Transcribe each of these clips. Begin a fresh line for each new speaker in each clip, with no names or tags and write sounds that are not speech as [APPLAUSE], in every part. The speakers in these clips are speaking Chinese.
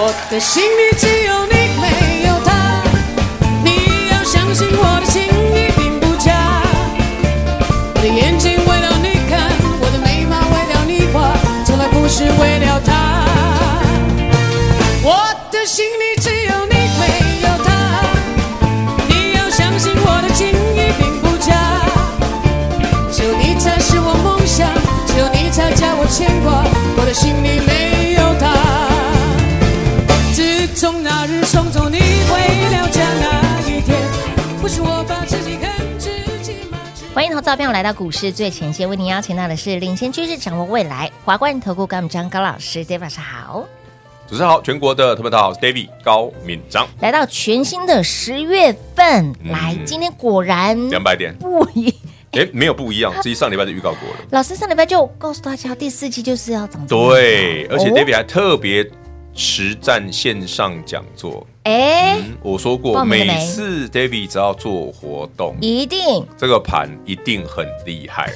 我的心里只有你，没有他。你要相信我的情一定不假。我的眼睛为了你看，我的眉毛为了你画，从来不是为了他。我的心里只有你，没有他。你要相信我的情一定不假。只有你才是我梦想，只有你才叫我牵挂。我的心里没有他。自从那日送走你回了家那一天，不是我把自己恨自己吗？
欢迎投资朋友来到股市最前线，为您邀请到的是领先趋势、掌握未来华冠投顾高敏章高老师，大家晚上好。
主持人好，全国的特别大家好，我是 David 高敏章，
来到全新的十月份，
嗯
来，今天果然
两百点，
不一。
哎、没有不
嗯
一样，这是上礼拜就预告过了。
老师上礼拜就告诉大家，第四季就是要涨。
对，而且
哦
David 还特别实战线上讲座。
哎、
嗯，我说过，
报名了没
每次 David 只要做活动，
一定
这个盘一定很厉害。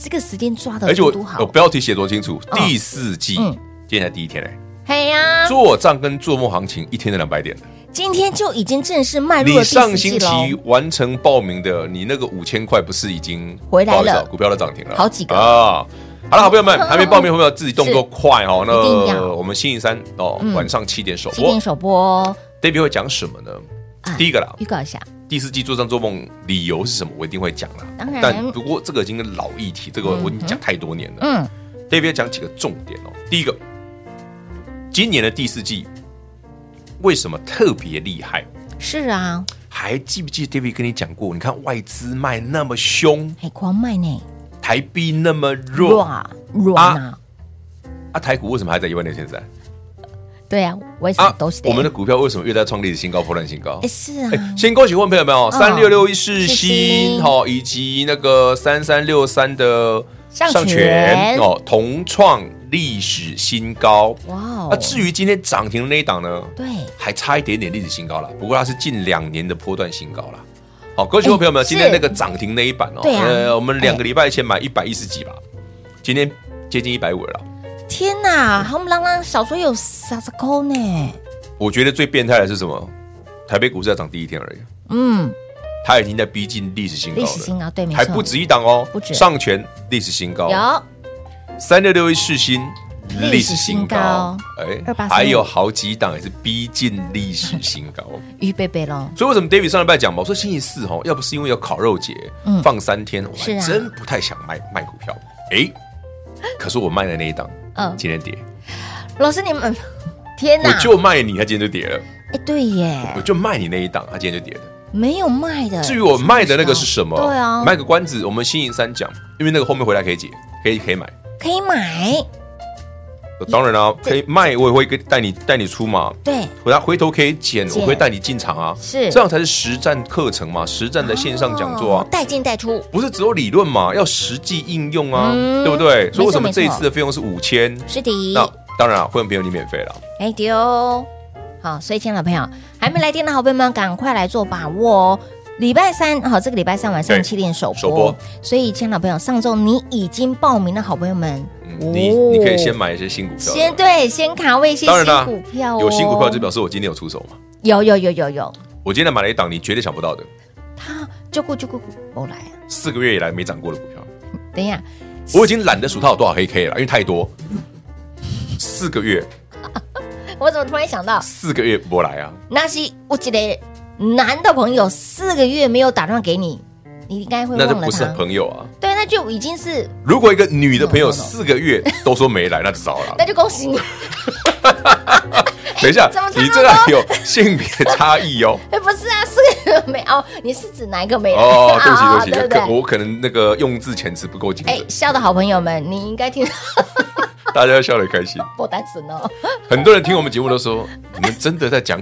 这个时间抓的
而且我哦
都好
我。标题写多清楚，
哦
第四季
嗯，
今天才第一天嘞，
嘿呀、
做账跟做梦行情一天的两百点。
今天就已经正式迈入
你
了第
上
四
星
季
期
喽。
完成报名的，你那个五千块不是已经
回来了
不好意思啊股票都涨停了，
好几个嗯
啊！好了，好朋友们，还没报名的朋友自己动作快哦。
一定要
那我们星期三哦
嗯，
晚上七点首
七点
播
首播哦，
，David 会讲什么呢
啊？
第一个啦，
预告一下，
第四季做账做梦理由是什么？我一定会讲啦。
当然
但不过这个已经是老议题，这个我已经讲太多年了。
嗯，
David 要讲几个重点哦。第一个，今年的第四季为什么特别厉害？
是啊，
还记不记得 David 跟你讲过？你看外资卖那么凶，
还哎狂卖呢，
台币那么弱
啊软啊，
啊，台股为什么还在一万六千三
对啊，为什么
啊
都是？
我们的股票为什么又在创历史新高、破断新高
哎？是啊，嗯
哎先恭喜问朋友们哦，三六六一世
世新
新哦，以及那个三三六三的
上
上
权
权哦，同创历史新高。
哇哦，
那啊至于今天涨停的那一档呢？
对，啊
还差一点点历史新高了，不过它是近两年的波段新高了。好，各位听众朋友们，
哎
今天
是
那个涨停那一版哦，
对啊
呃，我们两个礼拜前买一百一十几吧，今天接近一百五了。
天哪，我们朗朗小说有啥子扣呢？
我觉得最变态的是什么？台北股市要涨第一天而已，
嗯，
它已经在逼近历史新高
历史新
了，
高，对，没错，
还不止一档哦
不止，
上权历史新高，
有
三六六一世新
历史新高，
哎，
2836
还有好几档也是逼近历史新高。
预备备喽，
所以为什么 David 上礼拜讲嘛？我说星期四哦，要不是因为有烤肉节，
嗯
放三天，我
是
还
啊
真不太想卖卖股票。哎，可是我卖的那一档，
嗯
今天跌，
老师你们， [LAUGHS] 天哪
我，就卖你，它今天就跌了；
哎对耶
我，就卖你那一档，它今天就跌了。
没有卖的，
至于我卖的那个是什么，
对啊
卖个关子，我们星期三讲，因为那个后面回来可以解，可以可以买。
可以买，
当然啦、可以卖，我也会跟带你带你出嘛。
对，
我要回头可以减，
减
我会带你进场啊，
是
这样才是实战课程嘛，实战的线上讲座啊
哦，带进带出，
不是只有理论嘛，要实际应用啊，
嗯
对不对？所以为什么
没错
这一次的费用是五千？
是的，
那当然啊，会员朋友你免费了。
哎丢、好，所以亲爱的朋友，还没来电的好朋友们，赶快来做把握哦。礼拜三，好，这个礼拜三晚上
对
七点首播，
首播
所以亲爱的朋友，上周你已经报名的好朋友们，
嗯你你可以先买一些新股票，
哦先对，先卡位一些
当然
新
啦
股票、哦，
有新股票就表示我今天有出手嘛。
有有有有有，
我今天买了一档你绝对想不到的，
他就顾就顾顾我来啊，
四个月以来没涨过的股票，
等一下，
我已经懒得数它有多少黑 K 了，因为太多。四个月，
我怎么突然想到，
四个月不来啊，
那是我记得男的朋友四个月没有打电话给你，你应该会
那就
忘了
不是
他，
朋友啊。
对，那就已经是，
如果一个女的朋友
懂懂懂
四个月都说没来，那就糟
[LAUGHS]
了
那。就恭喜你。
等一下
怎么，差
你
那么
这个有性别差异哦。
哎，不是啊，四个没哦，你是指哪一个没啊有？
[LAUGHS] 哦，对不起，对不起，
不
可我可能那个用字遣词不够精
哎
准，，
笑的好朋友们，你应该听
大家要笑得开心。 [LAUGHS]
不单纯哦。
很多人听我们节目都说，你们真的在讲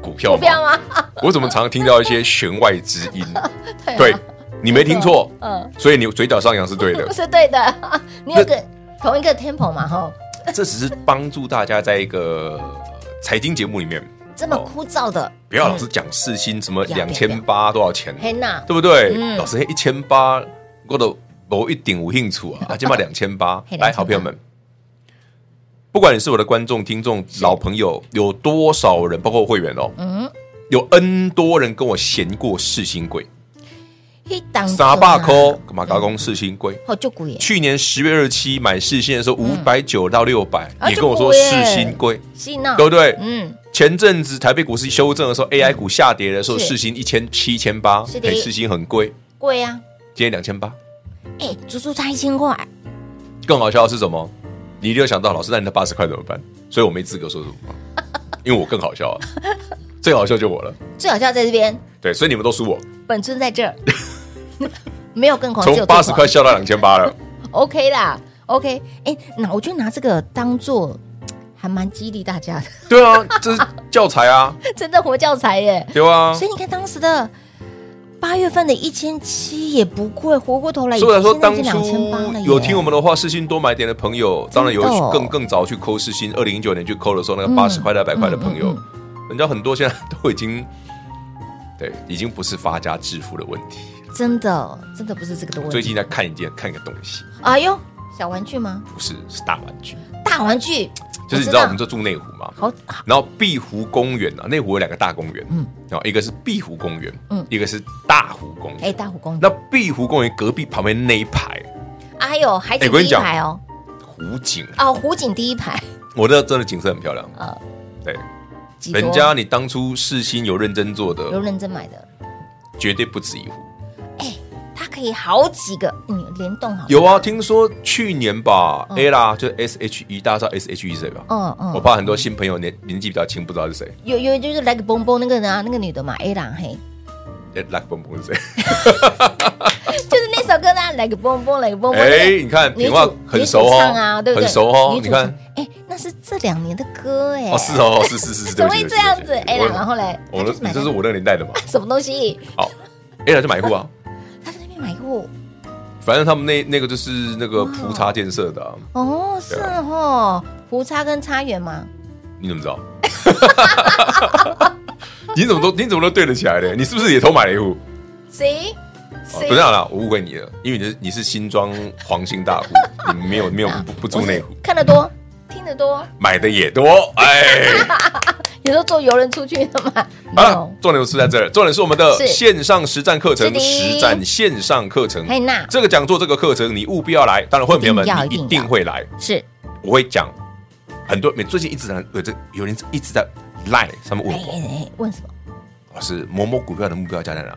股票
不要
吗？
吗？
我怎么常听到一些弦外之音？
啊
[LAUGHS] 对，你没听错，
嗯，
所以你嘴角上扬是对
[LAUGHS]
的 [LAUGHS]
不。是对的， [LAUGHS] 你有个同一个 tempo 嘛，哈，
这只是帮助大家在一个呃财经节目里面
这么
哦
枯燥的，
不要老是讲世新什么
不要
两千八多少钱，
嘿娜，
对不对？
嗯
老师一千八，我都我一顶无兴趣
[LAUGHS]
啊，啊，今把两千八
嘿，
来，
2800
好朋友们，不管你是我的观众、听众、老朋友，有多少人，包括会员哦，
嗯，
有 N 多人跟我闲过世新贵，
一档
三百块，干嘛搞公世新贵？
好哦就啊股耶，
去年十月二十七买世新的时候，五百九到六百、
嗯啊
也跟我说
这么贵
世
耶
新贵，
是那，
对不对？
嗯，
前阵子台北股市修正的时候，AI 股下跌的时候，
是
世新一千七千八
是，的
哎，世新很贵，
贵呀，
今天两千八。
哎，足足差一千块，
更好笑的是什么？你一定有想到，老师，那你那八十块怎么办？所以我没资格说什么
[LAUGHS]
话，因为我更好笑啊，最好笑就我了。
最好笑在这边，
对，所以你们都输我，
本尊在这
[LAUGHS]
儿，没有更狂，只
从
有
八
更
十
狂
块笑到两千八了。
，OK 啦，OK，哎，那我就拿这个当做还蛮激励大家的， [LAUGHS]
对啊，这是教材啊，
真的活教材耶，
对啊。
所以你看当时的八月份的一千七也不贵，回过头来
所以来说，当
两千八
初
了耶
有听我们的话，世新多买点的朋友，当然有
真的哦
更更早去抠世新，二零一九年去抠的时候，那个
嗯
八十块、两百块的朋友
嗯，
人家很多现在都已经，对，已经不是发家致富的问题。
真的真的不是这个的问题。
最近在看一件看一个东西，
哎呦，小玩具吗？
不是是大玩具，
大玩具，
就是你知道我们这住内湖嘛，
好好
然后碧湖公园啊，内湖有两个大公园，嗯，然后一个是碧湖公园，嗯，一个是大湖公
哎，
园。
大虎公
那碧湖公园隔壁旁边那一排
哎呦，海景
哎
第
我跟你
一
讲
排哦，
湖景，啊
哦，湖景第一排，
我的真的景色很漂亮，
呃，
对，
几
人
多
家你当初世新有认真做
有
的，
认真买的，
绝对不止一户。
它可以好几个，嗯，联动好，
有啊，听说去年吧，A 啦，就是 S H E，大家知道 S H E 是谁吧？
嗯嗯
我怕很多新朋友年年纪比较轻，不知道是谁。
有有就是来个蹦蹦那个人啊，那个女的嘛，A 郎嘿， [LAUGHS]
哎，拉克蹦蹦是谁？
就是那首歌呢，来个蹦蹦，来个蹦蹦，
哎，你看
女
平
主
话很熟
女主
哦
唱啊，对不对？
很熟哦。
女
你
主唱
看，，
哎，那是这两年的歌哎，
哦，是哦，是是是是，
[LAUGHS] 怎
对
么
不起
会这样子？哎，
我
然后嘞，
我
他
的
就是
你
买
这是
那个
我那个年代的
[LAUGHS]
嘛？
什么东西？
好，A 啦就买户啊，
他在那边买过
反正他们那那个就是那个葡茶建设的啊，
哦，是
对
哦，胡差跟差远嘛，
你怎么知道？ [LAUGHS] 你怎么都你怎么都对得起来的？你是不是也偷买了一户？
谁
哦
谁
不是啦，我误会你了，因为你是你是新庄黄兴大户，你没有没有不不住内
啊我
湖
是，看得多，听得多，
买的也多，
[LAUGHS]
哎，
有时候坐游轮出去的嘛。
好了
No，，
重点不是在这儿，重点是我们的
是
线上实战课
是
程，
的
实战线上课程
嘿那，
这个讲座这个课程你务必要来，当然会员们
一定要
你
一定
一
要
定会来，
是
我会讲很多，最近一直在呃有这有人一直在 line 上面
哎
问
哎
我，
哎，问什么？
老师某某股票的目标价在哪里？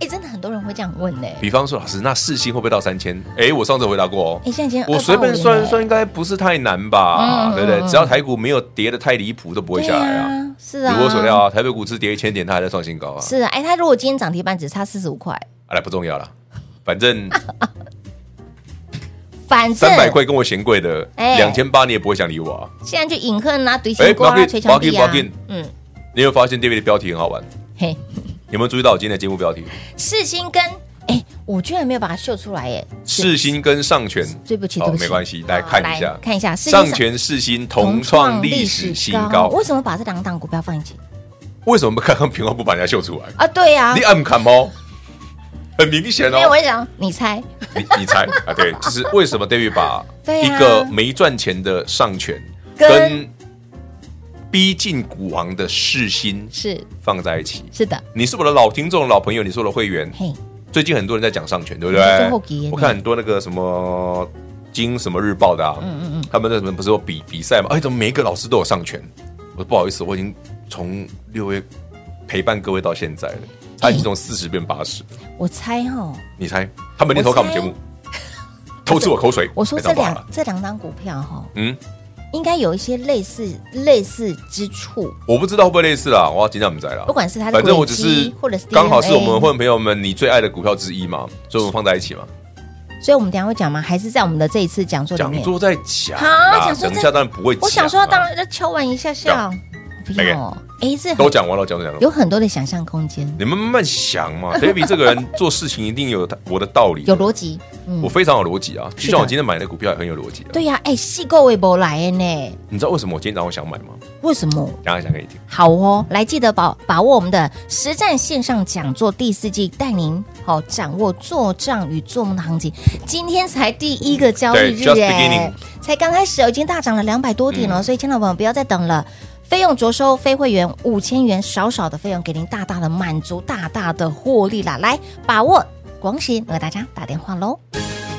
哎，真的很多人会这样问呢。
比方说，老师，那四星会不会到三千？哎，我上次回答过哦
哎，。现在已经
我随便
285
算一
了
算，应该不是太难吧？
嗯
对不对
嗯？嗯
只要台股没有跌的太离谱，都不会下来啊。
对是啊，
如我所料啊，台北股市跌一千点，它还在创新高啊。
是啊，哎，他如果今天涨停板只差四十五块，
啊，来不重要了，
[LAUGHS]
反正
反正
三百块跟我嫌贵的，
哎
两千八你也不会想理我啊。
现在就隐恨啊，怼钱锅
哎不
啊，
要
捶
紧
墙壁啊
不要紧不要紧，
嗯，
你有没有发现 David 的标题很好玩？
嘿，
有没有注意到我今天的节目标题？
世新跟哎，我居然没有把它秀出来耶，
世新跟上权，
对不起，对
哦，
不起，
没关系，来
好
看一下
来，看一下世新
上权世新同创历史新高。
为什么把这两档股票放一起
为什么刚刚平花不把人家秀出来？
啊？对呀、啊
你，暗砍哦，很明显
因为我
哦。
也想你猜，
你你猜啊？对，就是为什么 David 把
对啊
一个没赚钱的上权
跟
跟逼近股王的世新
是
放在一起？
是的，
你是我的老听众、老朋友，你是我的会员。
嘿，
最近很多人在讲上权，对不
你嗯是后期耶
对？我看很多那个什么经什么日报的、啊，嗯嗯嗯，他们那什么不是有比比赛嘛？哎，怎么每一个老师都有上权？我说不好意思，我已经从六月陪伴各位到现在了，他已经从四十变八十。
我猜哦，
你猜，他们一定偷看我们节目，偷吃我口水。
我说
没
这
办法了
两这两档股票哈、哦，
嗯，
应该有一些类似类似之处，
我不知道会不会类似啦，我要尽量不在啦。
不管是它的
反正我
轨
只是
迹，或者是 DNA
刚好是我们会员朋友们你最爱的股票之一嘛，
哎
所以我们放在一起嘛。
所以我们等一下会讲吗？还是在我们的这一次讲座里
讲
面？
座在讲
好
啦，
讲座
等一
在
下当然不会讲啦。啊
我想说，当然要敲完一下下，不要哦，哎，这
[LAUGHS] 都讲完了，讲都讲了，
有很多的想象空间，
你们慢慢想嘛。David [LAUGHS] 这个人做事情一定有他我的道理，
有逻辑。嗯
我，非常有逻辑啊。
是的
就像我今天买的股票也很有逻辑啊。
对呀，哎，细购微博来的呢？
你知道为什么我今天早上想买吗？
为什么？
等一下讲给你听。
好哦，来记得把把握我们的实战线上讲座第四季，带您好、掌握做账与做梦的行情。今天才第一个交易
对
日
，just
耶
beginning，嗯
才刚开始哦，已经大涨了两百多点了，哦所以千老朋友不要再等了。费用着收，非会员五千元，少少的费用给您大大的满足，大大的获利啦！来把握，广喜我给大家打电话喽。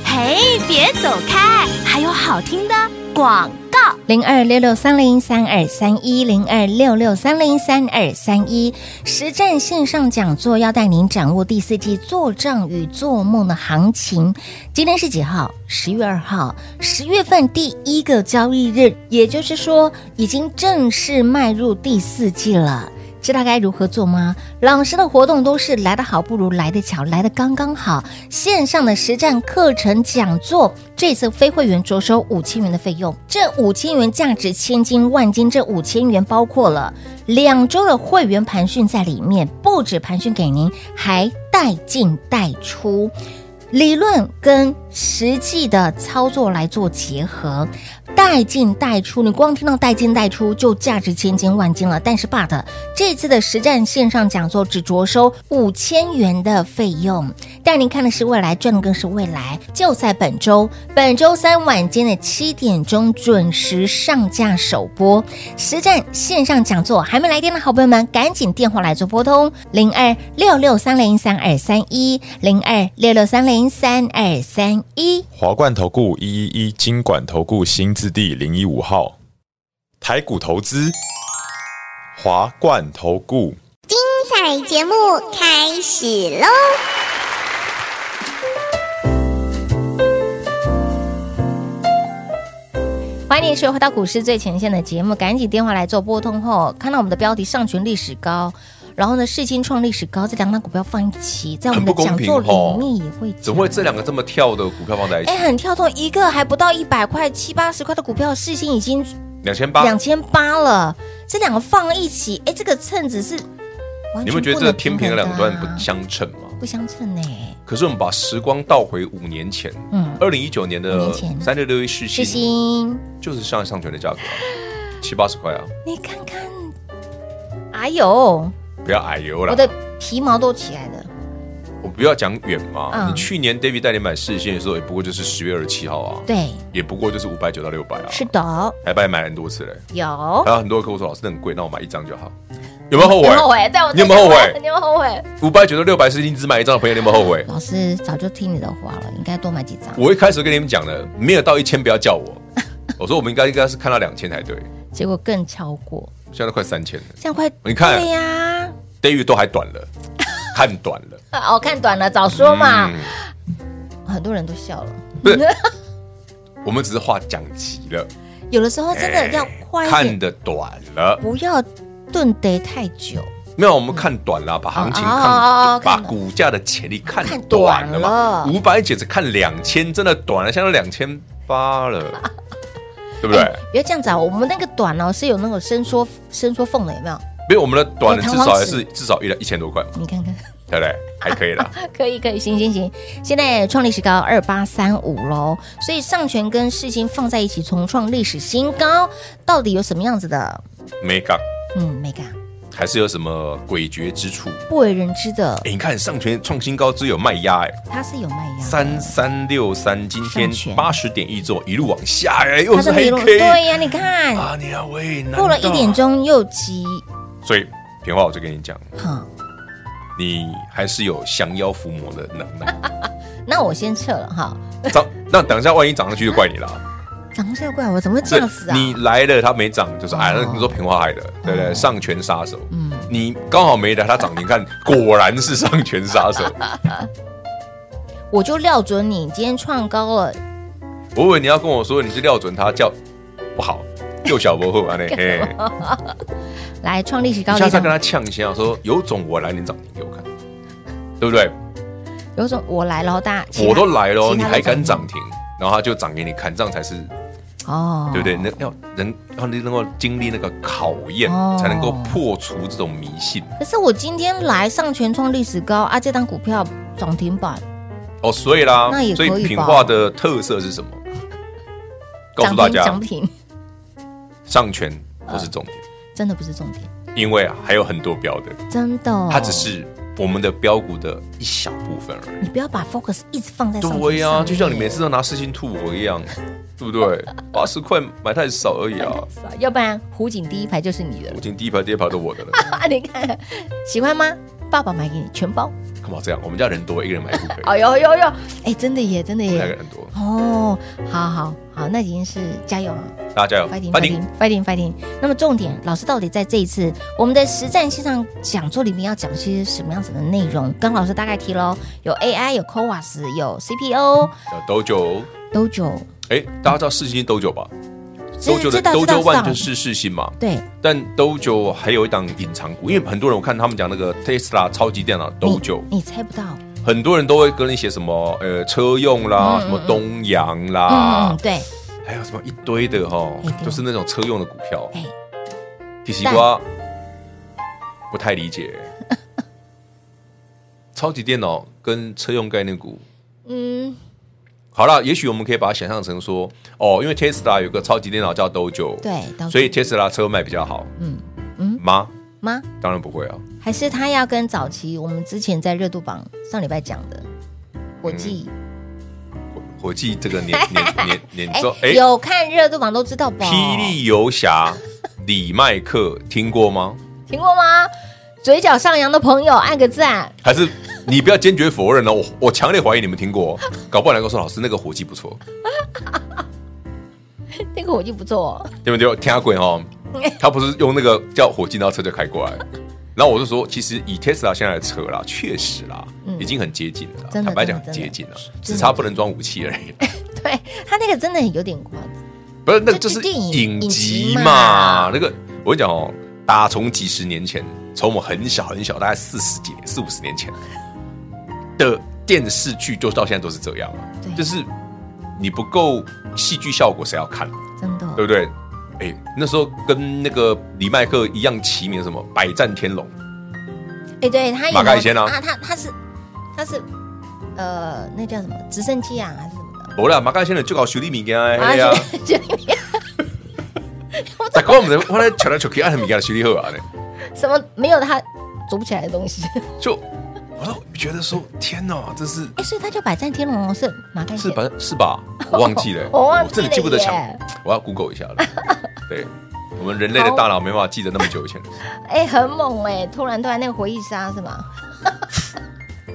嘿，别走开，还有好听的广告。
零二六六三零三二三一零二六六三零三二三一实战线上讲座要带您掌握第四季做账与做梦的行情。今天是几号？十月二号，十月份第一个交易日，也就是说已经正式迈入第四季了。知道该如何做吗？老师的活动都是来得好不如来得巧，来得刚刚好。线上的实战课程讲座，这次非会员着收五千元的费用，这五千元价值千金万金，这五千元包括了两周的会员盘训在里面，不止盘训给您，还带进带出。理论跟实际的操作来做结合，带进带出。你光听到带进带出就价值千金万金了，但是 but 这次的实战线上讲座只着收五千元的费用，带您看的是未来，赚的更是未来。就在本周，本周三晚间的七点钟准时上架首播实战线上讲座，还没来电的好朋友们，赶紧电话来做拨通零二六六三零三二三一零二六六三零三二三一。
华冠投顾一一一金管投顾新字第零一五号，台股投资，华冠投顾。
彩节目开始喽！
欢迎收回到股市最前线的节目，赶紧电话来做拨通后，看到我们的标题上全历史高，然后呢世金创历史高，这两档股票放一起，在我们的
很不公
讲
平
座里
哦
面也会讲、
怎么会这两个这么跳的股票放在一起
哎、？很跳动，一个还不到一百块，七八十块的股票，市心已经
两千八，
两千八了，这两个放一起，哎、这个秤子是完全
你们觉得
不
这
能
天
平
平
衡
的
的
两端不
啊
相称吗？
不相称呢、
可是我们把时光倒回五年前，
嗯，
二零一九年
五
的
年前
三六六一世
世
新，
新，
就是上上权的价格、啊，
[LAUGHS]
七八十块啊，
你看看，哎呦，
不要矮油
我
了。
的皮毛都起来了，
我不要讲远嘛，
嗯
你去年 David 带你买世新的时候，也不过就是十月二十七号啊，
对，
也不过就是五百九到六百啊，
是哦的，
还被买很多次嘞。
有。
还有很多客户说，老师那很贵，那我买一张就好，有没有后
有没有后
悔？
悔，对我
你有没有
[LAUGHS]
后悔
你有没有后悔？
五百九到六百是你只买一张的朋友，你有没有后
[LAUGHS]
悔？
老师早就听你的话了，应该多买几张。
我一开始跟你们讲的，没有到一千不要叫我，我说我们应该应该是看到两千才对，
结果更超过，
现在都快三千了
这样快
你看
对呀、 [LAUGHS]
，David 都还短了，看短了，
哦，看短了早说嘛，
嗯
很多人都笑了。
不是，我们只是话讲急了，
有的时候真的要快一
哎看
点，
的短了，
不要顿得太久。
没有我们看短了，把行情
哦哦哦
看，把
看短
股价的潜力看
看短
短了
了
嘛，五百九只看两千，真的短了，现在两千
[LAUGHS]
八了，对不对？
不要这样子啊！我们那个短哦是有那种伸缩伸缩缝的，有没有？
没有我们的短了，
哎
至
弹簧
少还
尺
是至少一一千多块嘛，
你看看，
对不对？还可以啦。
[LAUGHS] 可以可以，行行行。现在创历史高二八三五喽，所以上权跟世新放在一起重创历史新高，到底有什么样子的？
没港
嗯，没感，
还是有什么诡谲之处？
不为人知的，
哎，你看上权创新高，只有卖压哎，
它是有卖压的，
三三六三，今天
上权
八十点一做，一路往下哎，又
它
是
是迷
黑
路。
K
对呀、你看、
啊，你要喂，难道啊
过了一点，钟又急，
所以平话我就跟你讲，
哈，
你还是有降妖伏魔的能耐。 [LAUGHS]
那我先撤了哈。
涨那等一下，万一涨上去就怪你了。
长得怪怪，我怎么会这样子啊？哦嗯
你来了，它没涨，就是哎，那你说平话害的，对不对？上拳杀手，你刚好没来，它涨停，看果然是上拳
[LAUGHS]
杀手。
我就料准你今天创高了，
我以为你要跟我说，你是料准它叫不好，又小伯后
[LAUGHS]
啊嘞，嘿，
来创历史高
你下
点
次要跟他呛一下，说有种我来你涨停给我看，对不对？
有种我来，然后大家其他
我都来了哦，
其
你
他
还敢
涨停
涨停？然后他就涨给你看，这样才是
哦，
对不对？那要能要能够经历那个考验
哦，
才能够破除这种迷信。
可是我今天来上全创历史高啊，这档股票涨停板，
哦，所以啦
那也，可
所
以吧
以品化的特色是什么？告诉
涨
大
停涨
家，
停，
上权不是重点，
真的不是重点，
因为啊还有很多标的，
真的哦、
它只是我们的标股的一小部分而已。
你不要把 focus 一直放在上
对呀、
呀、
就像你每次都拿事情吐我一样，对不对？八十块买太少而已啊，
要不然湖景第一排就是你的了
我进第一排、第二排都我的了，
啊！你看喜欢吗？爸爸买给你全包，
干嘛这样？我们家人多，一个人买
[LAUGHS]
不可以，
哦
哎呦呦呦，哎，真的耶，真的
两个
耶，
人多，
哦，好好好，那已经是加油了。
大家加油
fighting
快点
fighting fighting fighting。那么重点，老师到底在这一次我们的实战线上讲座里面要讲些什么样子的内容？刚老师大概提喽，有 AI，有 CoWAS，有 CPO，
呃斗九，
都有
哎，大家知道世新斗九吧？
知
斗九的
知道
斗
知道
九万
知道
就是世新嘛，
对
但斗九还有一档隐藏股，因为很多人我看他们讲那个 Tesla 超级电脑斗九，
你，你猜不到，
很多人都会跟你写什么呃车用啦，什么东阳啦
嗯，，对，
还有什么一堆的哈、
哎对
都是那种车用的股票。
哎，
第西瓜不太理 [LAUGHS] 解，超级电脑跟车用概念股。
嗯，
好了，也许我们可以把它想象成说，哦，因为 Tesla 有个超级电脑叫 Dojo，
对，Dojo
所以 Tesla 车卖比较好。嗯嗯，吗？
吗？
当然不会啊，
还是他要跟早期我们之前在热度榜上礼拜讲的火
嗯
计？
我记这个 [LAUGHS] 年年年年周，哎、
有看热度榜都知道吧？
霹雳游侠李麦克听过吗？
听过吗？嘴角上扬的朋友按个赞，
还是你不要坚决否认哦，我我强烈怀疑你们听过哦，搞不好来跟我说老师那个火鸡不错，
那个火计不错、哦。
对不对？听鬼哦，他不是用那个叫火鸡，然后车就开过来。然后我就说，其实以 Tesla 现在的车啦，确实啦，已经很接近了啦。
嗯真的
坦白讲，
真的
很接近了，
的
只差不能装武器而已。
[LAUGHS] 对他那个真的有点夸张，
不是，那
这
就是是
电影
影
影
集
集嘛
嘛。那个我跟你讲哦，打从几十年前，从我们很小很小，大概四十几四五十年前的电视剧，就到现在都是这样啊
对
就是你不够戏剧效果，谁要看？
真的哦、
对不对？哎，那时候跟那个李麦克一样齐名，什么百战天龙，
哎、对他有
马盖先啊
他他是他是呃，那叫什么直升机啊，还是什么的？
不啦，马盖先生就搞修理米干
啊
[LAUGHS] 哎呀，
就 [LAUGHS] 就
在搞我们的，我来抢来抢去，按米干修理好啊嘞，
什么没有他组不起来的东西。 [LAUGHS]
就我都觉得说，天哪，这是
哎、所以他叫百战天龙哦，是马盖
是
先
吧？是吧？我忘记
[LAUGHS]
了，
我忘记
真的记不得
了
强
耶，
我要 Google 一下
[LAUGHS]
了。对，我们人类的大脑没办法记得那么久以前的事。
哎、很猛哎、突然突然那个回忆杀是吗？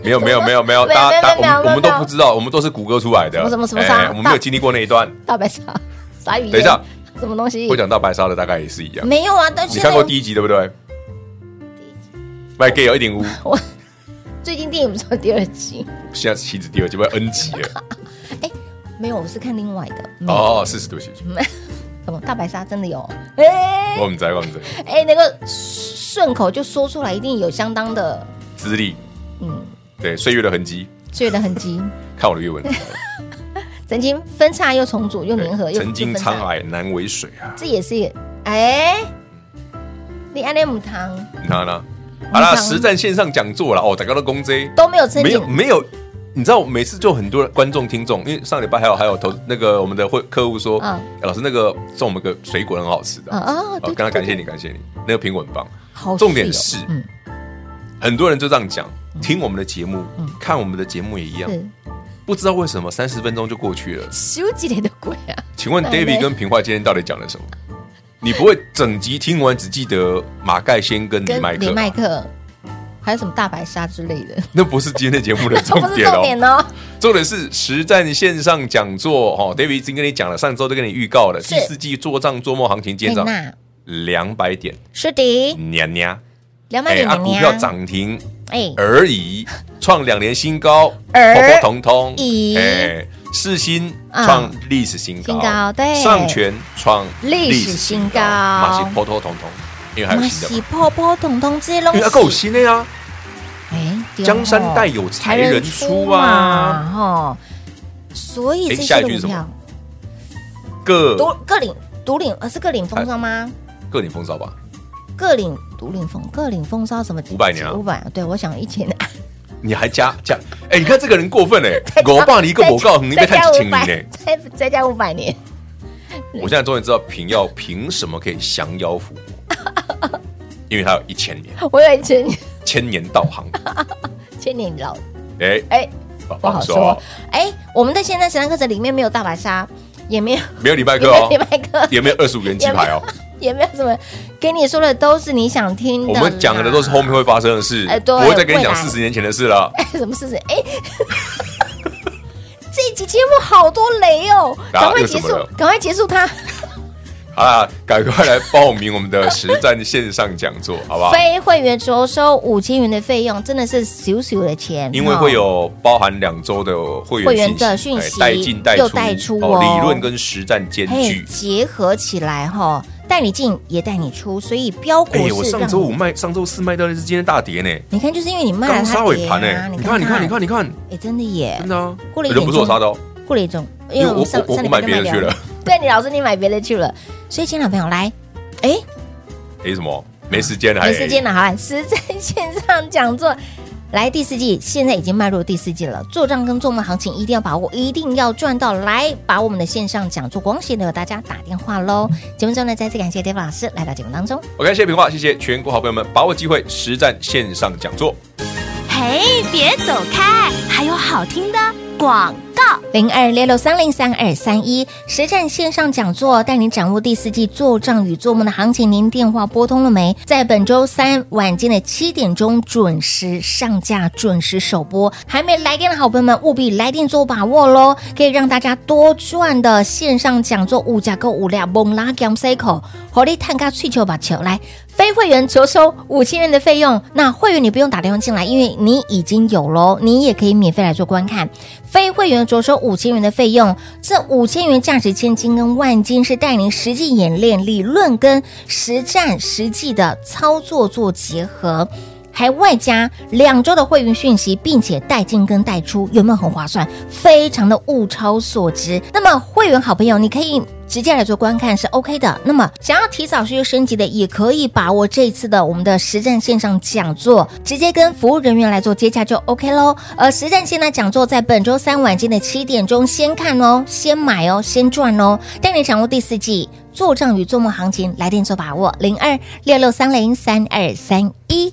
没有没有没有没有，
没有
大家
没有没
大
有
家我们我们
没
都
有
不知道，我们都是谷歌出来的。
什么什么什么
哎
啥
我们没有经历过那一段。
大白鲨，鲨鱼？
等一下，
什么东西
我？讲到白沙的大概也是一样。
没有啊，但是
你看过第一集对不对？卖 gay 有一点五，
最近电影不是有第二集？
现在是棋子第二集，不要 N 集了。
没有，我是看另外的。没有，
哦，是是，对不起，
什么大白鲨真的有？哎、
我们在我们在
哎、那个顺口就说出来，一定有相当的
资历，
嗯
对岁月的痕迹，
岁月的痕迹。
看我的
[LAUGHS]
阅文，
曾经分叉又重组又
对
粘合又
曾经
又分叉
沧海难为水啊。
这也是哎、你安利母汤
你看呢？好啦，
你看
实战线上讲座啦，哦，大家都攻 J，
都没有曾
没
经
有没有，你知道每次就很多人观众听众，因为上礼拜还有还有投那个我们的会客户说，
嗯
哎老师那个送我们个水果很好吃的，
啊
哦，
啊，对
跟他感谢你感谢你，那个苹果很棒。
好
重点
细
是
哦嗯
很多人就这样讲，听我们的节目，看我们的节目也一样，
嗯是
不知道为什么三十分钟就过去了。
修几类的鬼啊，
请问
对对
David 跟平化今天到底讲了什么？你不会整集听完只记得马盖先跟李
跟
麦
李
克吧，
麦克还有什么大白鲨之
[LAUGHS]
类的，
那不是今天的节目的
这
重
不是
点
重
哦。
点哦。
重点是实战线上讲座哦，David 已经跟你讲了，上周都跟你预告了，
是
第四季做账做梦行情，今天
哎那
涨两百点，
是的，
娘娘，
两百点
啊，
娘
股票涨停
哎，
而已，创两年新高，
而
破破通通，
已
哎，世新
啊
创历史新高，
嗯新高对
上权创
历史新高
马西破破通通，因为还有
马
新的
喜
嘛，
泡泡彤彤这些东
因
西
为它，够新的呀，
哎，对哦
江山代有才人出啊，
哈、吼所以
哎
这
下
些
一句
的
是
股
什
票
么，各
独各领独领呃是各领
哎
风骚吗？
各领风骚吧？
各领独领风各领风骚什么？
500年啊
五百对我想一千，
你还加加？哎、你看这个人过分哎、 [LAUGHS]
[LAUGHS]
我爸你一个我告诉你，
再
被太
加
亲
五
你
百
呢。，
[LAUGHS] 再再加五百年， [LAUGHS]
我现在终于知道平耀凭什么可以降妖伏魔， [LAUGHS] 因为他有一千年，
我有一千
千年道行。
[LAUGHS] 千年老
哎、
哎，
不
不好说。哎，我们的现在实战课程里面没有大白鲨，也没有
没有礼拜
也
课
没有
哦
礼，拜课，
也没有二十五元鸡排哦。
[LAUGHS] 也没有什么给你说的都是你想听的
我
啦，
们讲的都是后面会发生的事
哎，对
不会再跟你讲
未来
四十年前的事
[LAUGHS]
了。
哎， [LAUGHS] 什么事情？哎，这一集节目好多雷哦，
啊
赶快
又
结
怎么
束
了，
赶快结束它。
好啦，赶快来报名我们的实战线上讲座，好不好？
[LAUGHS] 非会员着收五千元的费用，真的是小小的钱，
因为会有包含两周的会
会
员
员的讯
哎
息
带进带
又
出，
带出
哦
哦
理论跟实战兼
哦嘿
具。
结合起来哈，带你进也带你出，所以标股
哎、
是
我上
让
周
你
五卖，上周四卖掉那是今天大跌呢，
你看，就是因为你卖
刚
了
杀
它
尾
跌
盘
啊，
呢。你看，你看，你看，你看，
哎，真的耶
真，的啊，
过了一
人不是我
点钟
杀的哦，
过了一种，因
因
为
为
我
我
们上上
我我
礼
买
拜就
别
卖
的
掉
去了，，
对你老师你买别的去了，所以亲爱的朋友来，哎，
没什么，没时间了，
没时间了，好来，实战线上讲座。来第四季，现在已经迈入第四季了。做账跟做梦行情一定要把握，一定要赚到！来，把我们的线上讲座光鲜的有大家打电话喽。节目中呢，再次感谢 David 老师来到节目当中。
OK，谢谢平话，谢谢全国好朋友们，把握机会，实战线上讲座。
嘿，别走开，还有好听的广告。
零二六六三零三二三一实战线上讲座，带您掌握第四季做账与做梦的行情。您电话拨通了没？在本周三晚间的七点钟准时上架，准时首播。还没来电的好朋友们，务必来电做把握喽！可以让大家多赚的线上讲座，五价购五量，猛拉 g a m c 口，火力探咖脆球把球来。非会员着收五千元的费用，那会员你不用打电话进来，因为你已经有喽，你也可以免费来做观看。非会员着收五千元的费用，这五千元价值千金跟万金是带您实际演练、理论跟实战实际的操作做结合。还外加两周的会员讯息，并且带进跟带出，有没有很划算？非常的物超所值。那么会员好朋友，你可以直接来做观看是 OK 的。那么想要提早去升级的，也可以把握这一次的我们的实战线上讲座，直接跟服务人员来做接洽就 OK 喽。而实战线上讲座在本周三晚间的七点钟先看哦，先买哦，先赚哦，带你掌握第四季。做账与做梦行情，来电做把握零二六六三零三二三一。